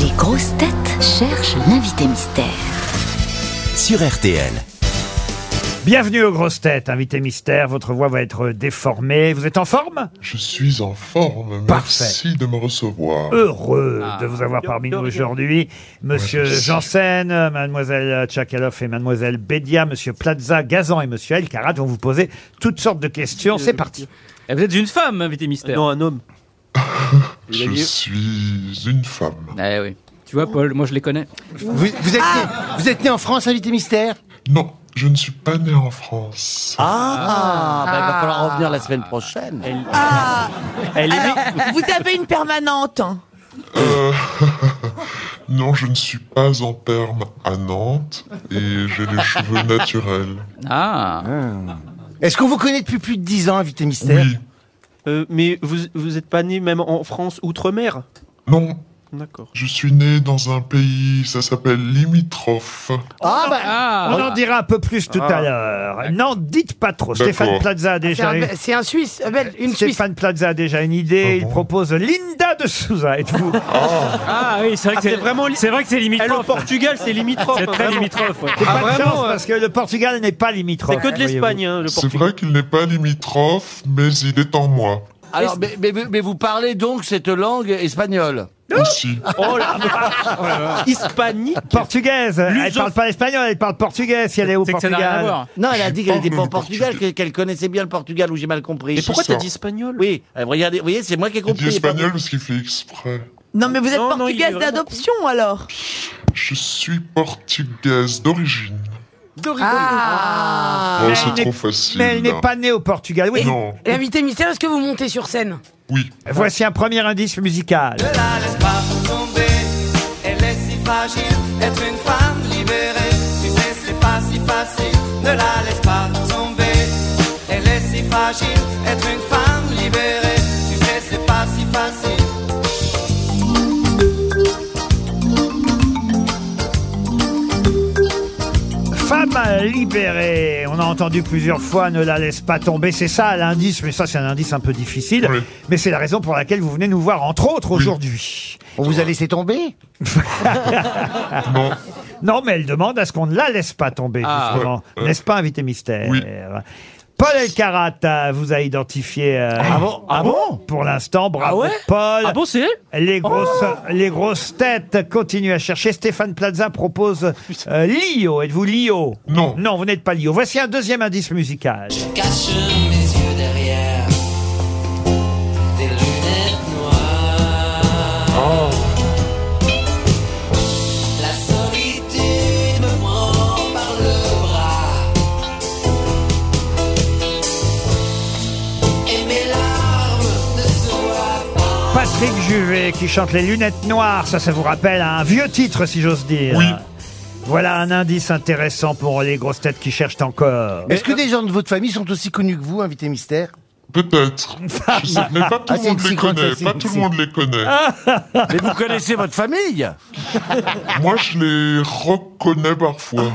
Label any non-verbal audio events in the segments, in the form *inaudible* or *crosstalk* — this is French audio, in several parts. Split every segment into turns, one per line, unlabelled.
Les grosses têtes cherchent l'invité mystère.
sur RTL.
Bienvenue aux grosses têtes, invité mystère. Votre voix va être déformée. Vous êtes en forme
Je suis en forme.
Parfait. Euh,
Merci de me recevoir.
Heureux de vous avoir parmi nous aujourd'hui. Monsieur
Ouais, je sais.
Janssen, euh, mademoiselle Tchakaloff et mademoiselle Bédia, monsieur Plaza, Gazan et monsieur Elkarat vont vous poser toutes sortes de questions. C'est parti.
Eh, Vous êtes une femme, invité mystère.
Non, un homme.
je suis une femme.
Eh oui. Tu vois, Paul, moi je les connais.
Vous, vous êtes, né, vous êtes né en France, invité mystère
Non, je ne suis pas né en France.
Ah, bah, il va falloir revenir la semaine prochaine.
Vous avez une permanente.
Euh, non, je ne suis pas en perme à Nantes et
*laughs*
j'ai les cheveux naturels.
Ah.
Est-ce qu'on vous connaît depuis plus de 10 ans, invité mystère
Oui.
Euh, mais vous vous êtes pas né même en France outre-mer
Non,
D'accord.
je suis né dans un pays, ça s'appelle limitrophe.
Ah, bah,
On
Ah.
en dira un peu plus tout à
Ah.
l'heure. N'en dites pas trop. Stéphane
D'accord.
Plaza
C'est
a
Ah,
déjà
un,
une...
c'est un Suisse, euh, belle, une Suisse.
Stéphane Plaza a déjà une idée.
Ah
Il
bon
propose Linda de Souza. Êtes-vous
Ah oui, c'est vrai
Ah,
que c'est
c'est vraiment li-
C'est vrai que c'est
Ah,
Eh, le
limitrophe.
Portugal, c'est limitrophe.
C'est
hein,
très
vraiment.
limitrophe. ouais.
Ah,
pas de
vraiment,
chance
euh,
parce que le Portugal n'est pas limitrophe.
C'est
Ah,
que de
voyez-vous.
l'Espagne, hein, le
C'est
Portugal.
vrai qu'il n'est pas limitrophe, mais il est en moi.
alors, mais, mais- mais vous parlez donc cette langue espagnole
Ah
Aussi.
Oh là là. Hispanique.
Portugaise. Elle
Luso-
parle pas espagnol, elle parle portugais si elle est au
C'est que ça n'a rien à
Portugal.
voir.
Non, elle a
Je
dit qu'elle
parle
était pas au
le
Portugal,
portugais.
que- qu'elle connaissait bien le Portugal, ou j'ai mal compris.
Mais pourquoi
c'est
t'as
ça.
dit espagnol
Oui, euh, regardez, vous voyez, c'est moi qui ai
Il dit
compris.
espagnol parce qu'il fait exprès.
Non, mais vous êtes
Non, non, il est
portugaise
vraiment-
d'adoption alors.
Je suis portugaise d'origine.
Ah.
Oh,
Mais
c'est
elle n'est-
trop facile.
Mais elle n'est pas née au Portugal. Oui.
Non,
L'invité mystère, est-ce que vous montez sur scène
oui.
Voici un premier indice musical.
la laisse pas tomber. Elle est si fragile, être une femme libérée. Tu sais, c'est pas si facile, ne la laisse pas tomber. Elle est si fragile, être une femme libérée. Tu sais, c'est pas si facile.
Femme libérée. On a entendu plusieurs fois, ne la laisse pas tomber. C'est ça l'indice, mais ça c'est un indice un peu difficile.
Oui.
Mais c'est la raison pour laquelle vous venez nous voir, entre autres, aujourd'hui.
On vous a laissé tomber
Non,
Non, mais elle demande à ce qu'on ne la laisse pas tomber,
Ah.
justement.
Ouais.
N'est-ce pas, invité mystère
Oui.
Paul Elkarat euh, vous a identifié. euh,
bon Ah bon
Pour l'instant, bravo
ouais
Paul.
Ah bon, c'est elle
Les grosses, les grosses têtes continuent à chercher. Stéphane Plaza propose euh, Lio. Êtes-vous Lio
Non.
Non, vous n'êtes pas Lio. Voici un deuxième indice musical.
Cache mes yeux derrière des lunettes noires. La solitude me prend par le bras et mes larmes ne se voient pas.
Patrick Juvet qui chante Les lunettes noires. Ça, ça vous rappelle un vieux titre, si j'ose dire.
Oui.
Voilà un indice intéressant pour les grosses têtes qui cherchent encore.
Est-ce que des gens de votre famille sont aussi connus que vous, invité mystère
peut-être. Je sais, mais pas tout
Ah,
le
c'est
monde
une
les
séquence,
connaît.
c'est
Pas
une
tout le
sé-
monde les connaît.
Mais vous connaissez votre famille
Moi, je les reconnais parfois.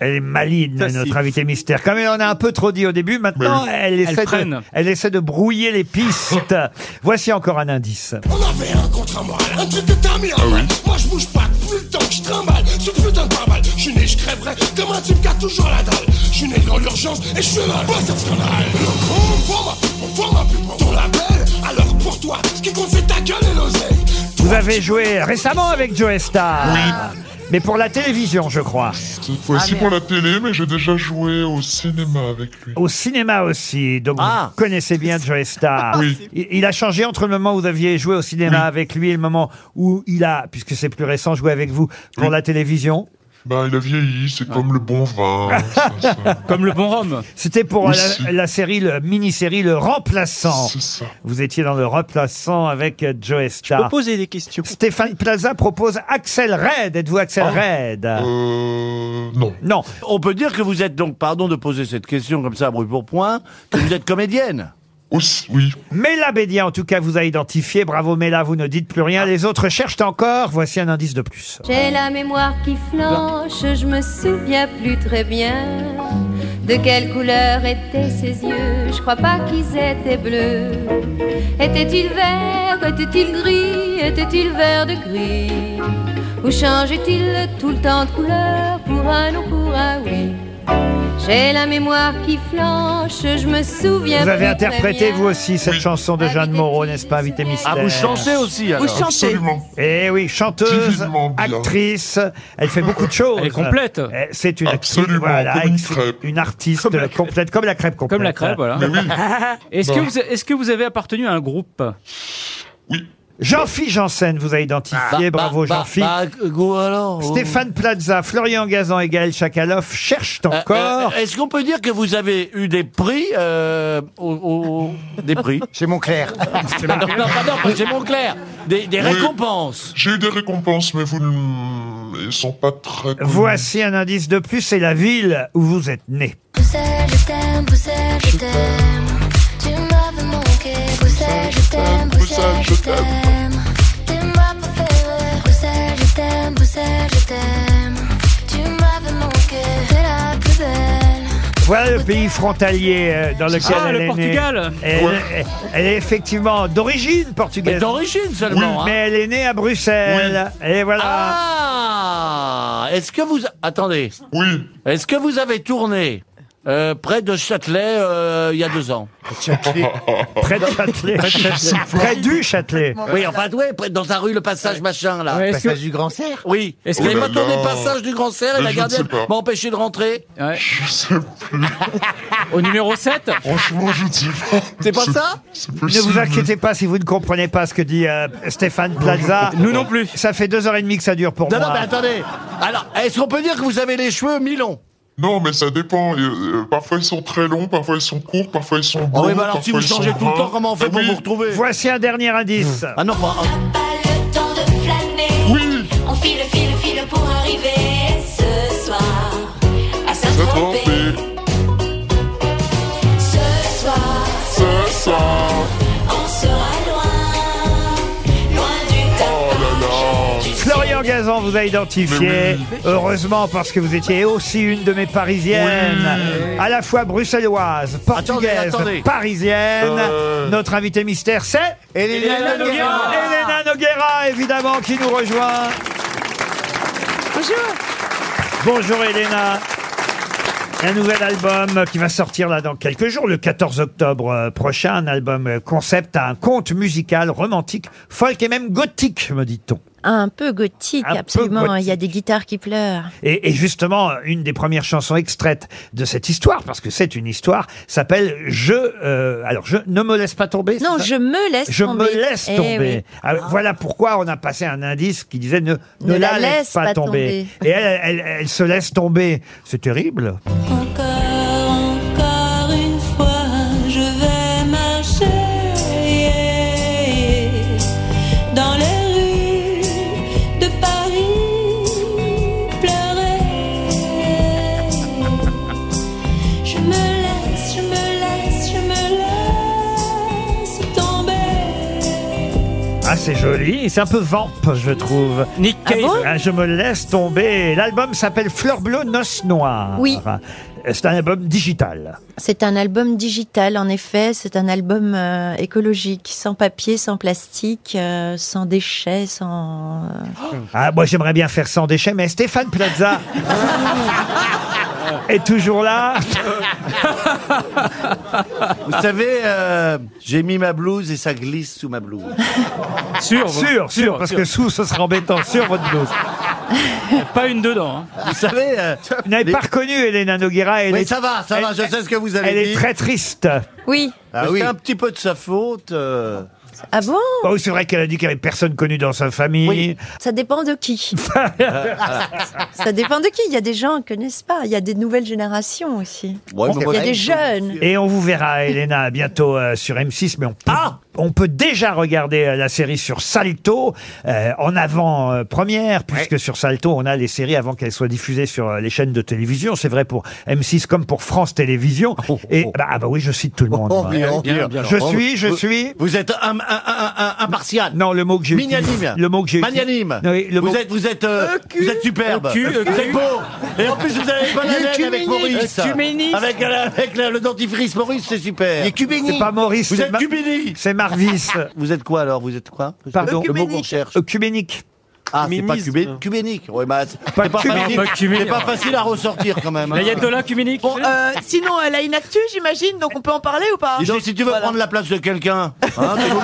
Elle est maligne,
Ça,
notre
si.
invitée mystère. Comme elle en a un peu trop dit au début, maintenant, elle, essaie de,
freine.
elle essaie de brouiller les pistes. Voici encore un indice.
On avait un contrat moral, un truc que t'as mis en mal. Moi je bouge pas, plus le temps que je trimballe, ce putain de pare-balles. Je suis né, je crèverai, comme un type qui a toujours la dalle. Je suis né dans l'urgence et je suis là, pas un scandale. Mon format, mon format plus mon ton label. Alors pour toi, ce qui compte c'est ta gueule et l'oseille.
Vous avez joué récemment avec Joe Star. Mais pour la télévision, je crois.
Cette fois-ci pour la télé, mais j'ai déjà joué au cinéma avec lui.
Au cinéma aussi. Donc
Ah.
vous connaissez bien Joe Star.
Oui.
Il, il a changé entre le moment où vous aviez joué au cinéma avec lui et le moment où il a, puisque c'est plus récent, joué avec vous pour
Oui.
la télévision.
Bah, il a vieilli, c'est comme le bon vin. ça,
*laughs*
ça.
Comme le bon rhum.
C'était pour
Oui,
la,
si.
la série, le mini-série Le Remplaçant.
C'est ça.
Vous étiez dans le remplaçant avec euh, Joe Star.
Posez des questions.
Stéphane Plaza propose Axel Red. Êtes-vous Axel Red
Euh, non.
Non.
On peut dire que vous êtes donc, pardon de poser cette question comme ça à bruit pour point, que vous êtes comédienne
Aussi, oui.
Mela Bédia, en tout cas, vous a identifié. Bravo Mela, vous ne dites plus rien. Les autres cherchent encore. Voici un indice de plus.
J'ai la mémoire qui flanche, je me souviens plus très bien De quelle couleur étaient ses yeux Je crois pas qu'ils étaient bleus. Était-il vert Était-il gris Était-il vert de gris Ou changeait-il tout le temps de couleur pour un non pour un oui J'ai la mémoire qui flanche, je me souviens
Vous avez
plus très
interprété
bien.
vous aussi cette chanson de Jeanne Moreau, n'est-ce pas, Invité Mystère
Ah, vous chantez aussi, alors. Vous chantez. Absolument.
Eh oui, chanteuse, actrice, elle fait beaucoup de choses.
Elle est complète.
Eh, C'est une actrice,
Absolument,
voilà,
comme une
ex- une artiste complète, comme la crêpe complète.
Comme la crêpe, voilà. *laughs* Est-ce que, vous- est-ce que vous avez appartenu à un groupe
Jean-Philippe Janssen vous a identifié,
Ah, bah,
bravo
bah,
Jean-Philippe.
bah,
oh.
Stéphane Plaza, Florian Gazan et Gaël Chakalov cherchent encore.
Euh, Est-ce qu'on peut dire que vous avez eu des prix euh, au- au- Des prix Chez Montclair. non, non, non, chez Montclair. Des, des
Oui.
récompenses.
J'ai eu des récompenses, mais vous ne elles sont pas très. connues.
Voici un indice de plus, c'est la ville où vous êtes né.
Bruxelles, je t'aime, Bruxelles, je t'aime. Tu m'avais manqué, Bruxelles, je t'aime, Bruxelles, je t'aime. T'es ma préférée, Bruxelles, je t'aime, Bruxelles, je t'aime. Tu m'avais manqué, t'es la plus belle.
Voilà le pays frontalier euh, dans lequel
Ah,
elle
le
est née.
Portugal.
Elle,
Ouais.
elle est effectivement d'origine portugaise.
Mais d'origine seulement,
Oui,
hein.
Mais elle est née à Bruxelles. Et voilà.
Ah Est-ce que vous... Attendez.
Oui.
Est-ce que vous avez tourné euh, près de Châtelet euh, il y a deux ans
Près de Châtelet.
Près de Châtelet.
Près du Châtelet.
Oui, enfin, ouais, près- dans sa rue, le passage machin, là.
Ouais, est-ce que- Passage
du Grand Serre Oui. Est-ce qu'elle
Oh
n'a
là
pas tourné
là.
passage du Grand Serre et la
Mais Ben, je ne
gardienne
sais pas.
m'a empêché de rentrer
Au numéro 7
Franchement, je dis *laughs* pas.
*laughs* C'est pas ça
Ne vous inquiétez pas si vous ne comprenez pas ce que dit euh, Stéphane Plaza. Nous non plus. Ça fait deux heures et demie que ça dure pour
Non,
moi.
non, mais attendez. Alors, est-ce qu'on peut dire que vous avez les cheveux mi-longs
Non, mais ça dépend. Euh, euh, Parfois ils sont très longs, parfois ils sont courts, parfois ils sont
Ah
blonds.
oui, bah alors, si
parfois
vous
ils sont
changez tout le
bruns.
temps, comment on fait
Ah
pour
oui.
vous retrouver
Voici un dernier indice.
Ah non, pas
Le temps de flâner. On file, file, file pour arriver ce soir à Saint-Tropez. Ce soir, ce soir, on sera loin, loin du
Oh
tapage. du
Florian Gazan vous a identifié. Heureusement, parce que vous étiez aussi une de mes parisiennes. À la fois bruxelloise, portugaise,
attendez.
parisienne.
Euh.
Notre invité mystère, c'est.
Elena Noguera.
Elena Noguera, évidemment, qui nous rejoint. Bonjour. Bonjour, Elena. Un nouvel album qui va sortir là dans quelques jours, le 14 octobre euh, prochain, un album euh, concept à un conte musical romantique, folk et même gothique, me dit-on.
Un peu gothique,
Un peu
absolument.
gothique.
Il y a des guitares qui pleurent.
Et, et justement, une des premières chansons extraites de cette histoire, parce que c'est une histoire, s'appelle Je. euh, alors, je ne me laisse pas tomber.
Non,
c'est ça
je me laisse
Je
tomber.
me laisse
Eh
tomber.
oui.
Alors, Voilà pourquoi on a passé un indice qui disait ne, ne la, laisse pas, tomber. Et elle, elle- elle se laisse tomber. C'est terrible.
Encore une fois, je vais marcher yeah, yeah, dans les rues de Paris, pleurer. Je me laisse, je me laisse, je me laisse tomber.
Ah, c'est joli. C'est un peu vamp, je trouve. Nick
Cave. Ah bon
je me laisse tomber. L'album s'appelle Fleur bleue, noce noire.
Oui.
C'est un album digital.
C'est un album digital, en effet. C'est un album euh, écologique, sans papier, sans plastique, euh, sans déchets, sans. euh,
Ah, moi, j'aimerais bien faire sans déchets, mais
*laughs*
Stéphane Plaza est toujours là.
Vous savez, euh, j'ai mis ma blouse et ça glisse sous ma blouse.
Sûr, sûr, sûr, parce que sous, ce sera embêtant. Sur votre blouse.
Pas une dedans.
Vous savez. euh,
Vous n'avez
les-
pas reconnu Elena Noguera. Elle
Mais
est-
ça va, ça va,
elle-
je sais ce que vous avez
Elle
dit. Ah
est très triste.
Oui.
C'est un petit peu de sa faute. euh.
Ah bon
Bon, Oh, c'est vrai qu'elle a dit qu'il n'y avait personne connu dans sa famille.
Ça dépend de qui. Ça dépend de qui. Il y a des gens qui connaissent pas. Il y a des nouvelles générations aussi.
Ouais,
Il y
mais
a
moi,
des
je-
jeunes.
Ah
Et on vous verra, Elena, bientôt euh, sur M6, mais on peut, on peut déjà regarder euh, la série sur Salto euh, en avant-première, puisque sur Salto, on a les séries avant qu'elles soient diffusées sur euh, les chaînes de télévision. C'est vrai pour M6 comme pour France Télévisions.
Oh,
Et bah, ah bah oui, je cite tout le monde. moi. je suis, je suis.
Vous êtes oh. un- un- un- un- impartial.
Non, le mot que j'ai
Magnanime.
utilisé- le mot que j'ai
Magnanime.
utilisé- Oui, le
vous,
mot-
êtes, vous êtes, euh, vous êtes superbe.
Le cul, le
Vous
cul.
êtes beau. Et en plus, vous avez une bonne
Le
haleine avec
cuméniste.
Maurice.
Le cuméniste.
Avec, euh, avec le, le dentifrice Maurice, c'est super.
Les cubénis. C'est pas Maurice,
Vous
c'est
êtes
Ma-
Cubéni. *laughs*
C'est Marvis. euh,
Vous êtes quoi alors Vous êtes quoi Le
Pardon.
mot qu'on
Œcuménique.
cherche.
Cubénique.
Ah, c'est pas
Œcuménisme.
cubé- cubénique. Ouais, bah, c'est c'est
Pas
pas,
cubénique.
facile.
Non, pas cubénique.
C'est pas facile à ressortir quand même. hein.
Mais il y a de
la
cubénique.
Bon, euh, sinon, elle a une actu, j'imagine, donc on peut en parler ou pas
Dis Ah, donc, si tu veux prendre la place de quelqu'un, hein, t'es
Oh,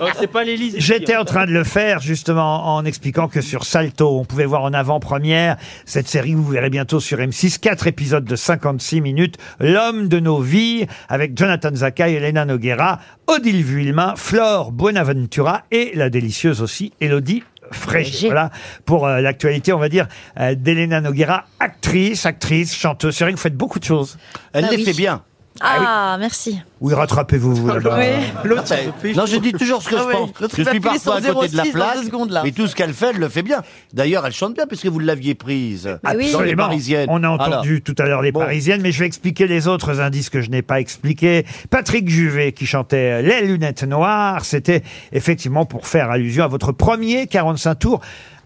compris C'est pas l'Élysée.
J'étais en train de le faire justement en expliquant que sur Salto, on pouvait voir en avant-première cette série, vous verrez bientôt sur M6, quatre épisodes de 56 minutes, L'homme de nos vies, avec Jonathan Zakaï, Elena Noguera, Odile Vuillemin, Flore Buenaventura et la délicieuse aussi, Elodie. Frégé. Voilà pour euh, l'actualité, on va dire, euh, d'Elena Noguera, actrice, actrice, chanteuse. C'est vrai que vous faites beaucoup de choses.
Elle
Ah les oui. fait
bien.
Ah, merci.
Oui, Bah. rattrapez-vous, vous, là-bas.
L'autre, Bah, non, je dis toujours ce que
Ah
je
oui,
pense.
l'autre,
Je
il va
suis
appuyer
parfois à
sur
côté de la
06 dans
plaque.
deux secondes, là.
Mais tout ce qu'elle fait, elle le fait bien. D'ailleurs, elle chante bien, puisque vous l'aviez prise. Ah, Dans les
Ah Absolument.
parisiennes.
On a
Alors.
entendu tout à l'heure les
Bon.
parisiennes, mais je vais expliquer les autres indices que je n'ai pas expliqués. Patrick Juvet qui chantait euh, Les lunettes noires, c'était effectivement pour faire allusion à votre premier 45 tours.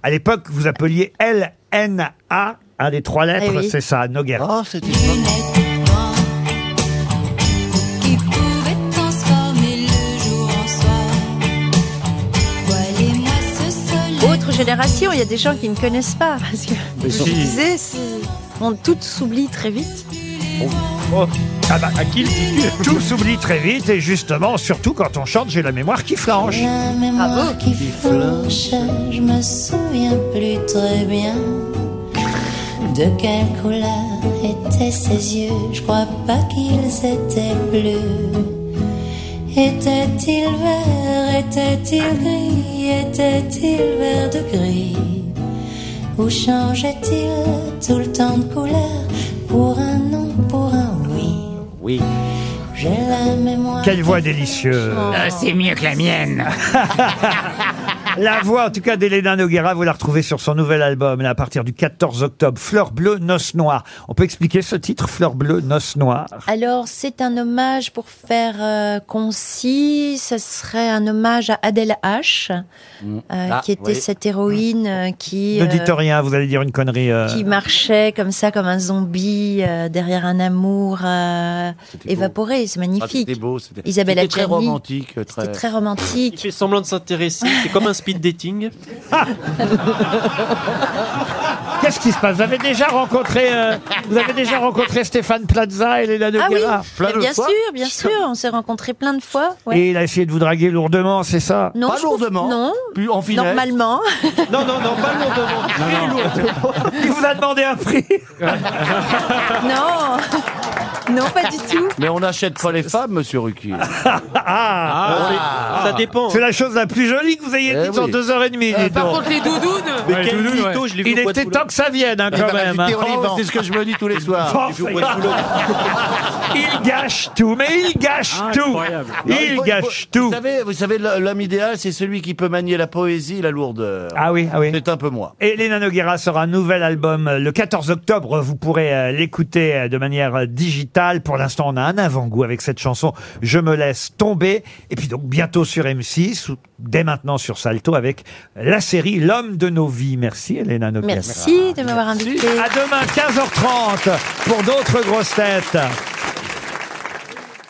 À l'époque, vous appeliez LNA, un des trois lettres,
Eh oui.
c'est ça, Noguera.
Ah,
Qui pouvait transformer le jour en soir
Autre génération, il y a des gens qui ne connaissent pas parce que
Mais
je
si.
disais, c'est- on tout s'oublie très vite.
Ah bah, Tout s'oublie très vite et justement, surtout quand on chante, j'ai la mémoire qui flanche.
La mémoire qui flanche, je me souviens plus très bien de quelle couleur étaient ses yeux. Je crois pas qu'ils étaient bleus. Était-il vert, était-il gris, était-il vert de gris Ou changeait-il tout le temps de couleur pour un non, pour un oui
Oui.
J'ai la mémoire.
Quelle voix délicieuse.
c'est mieux que la mienne.
La voix, en tout cas, d'Elena Noguera, vous la retrouvez sur son nouvel album, là, à partir du 14 octobre, Fleur bleue, noce noire. On peut expliquer ce titre, Fleur bleue, noce noire
Alors, c'est un hommage pour faire euh, concis. Ce serait un hommage à Adèle H,
Mm.
euh,
Ah,
qui était
oui.
cette héroïne euh, qui
Ne
euh,
dites rien, vous allez dire une connerie. euh.
qui marchait comme ça, comme un zombie euh, derrière un amour euh, évaporé. C'est magnifique.
Ah, c'était beau, c'était-
Isabelle
c'était très
Adjani.
romantique, très-
C'était très romantique.
Il fait semblant de s'intéresser. C'est comme un speed dating.
Qu'est-ce qui se passe Vous avez déjà rencontré, euh, vous avez déjà rencontré Stéphane Plaza et Elena
Ah oui,
Noguera
mais bien sûr, bien sûr, on s'est rencontrés plein de fois. ouais. Mm.
Et il a essayé de vous draguer lourdement, c'est ça
Non, je trouve- Non,
plus en
finesse.
Normalement. *laughs*
Non, non, non, pas lourdement. Très lourdement.
Il vous a demandé un prix. *laughs*
non. Non, pas du tout.
Mais on n'achète pas les femmes, monsieur Ruquier.
Ah, ça dépend.
C'est la chose la plus jolie que vous ayez
Eh
dite en
oui.
deux heures et demie.
Euh,
dis
par
donc.
contre, les doudounes. Mais Ouais, quel les doudounes, mytho, ouais. je l'ai vu
Il
au bois de
était temps que ça vienne, hein,
Eh
quand
ben,
même.
j'étais au
hein.
Liban. C'est ce que je me dis tous les
Oh,
soirs.
ça y est. Il gâche tout, mais il gâche tout.
Non,
Il
faut-
gâche
faut- Vous savez, vous savez, l'homme idéal, c'est celui qui peut manier la poésie et la lourdeur.
Ah oui, ah oui.
C'est un peu moi.
Et Elena Noguera sort un nouvel album euh, le 14 octobre. Vous pourrez euh, l'écouter euh, de manière euh, digitale. Pour l'instant, on a un avant-goût avec cette chanson Je me laisse tomber. Et puis donc bientôt sur M6 ou dès maintenant sur Salto avec la série L'homme de nos vies. Merci Elena Noguera.
Merci de m'avoir invité.
À demain 15h30 pour d'autres grosses têtes.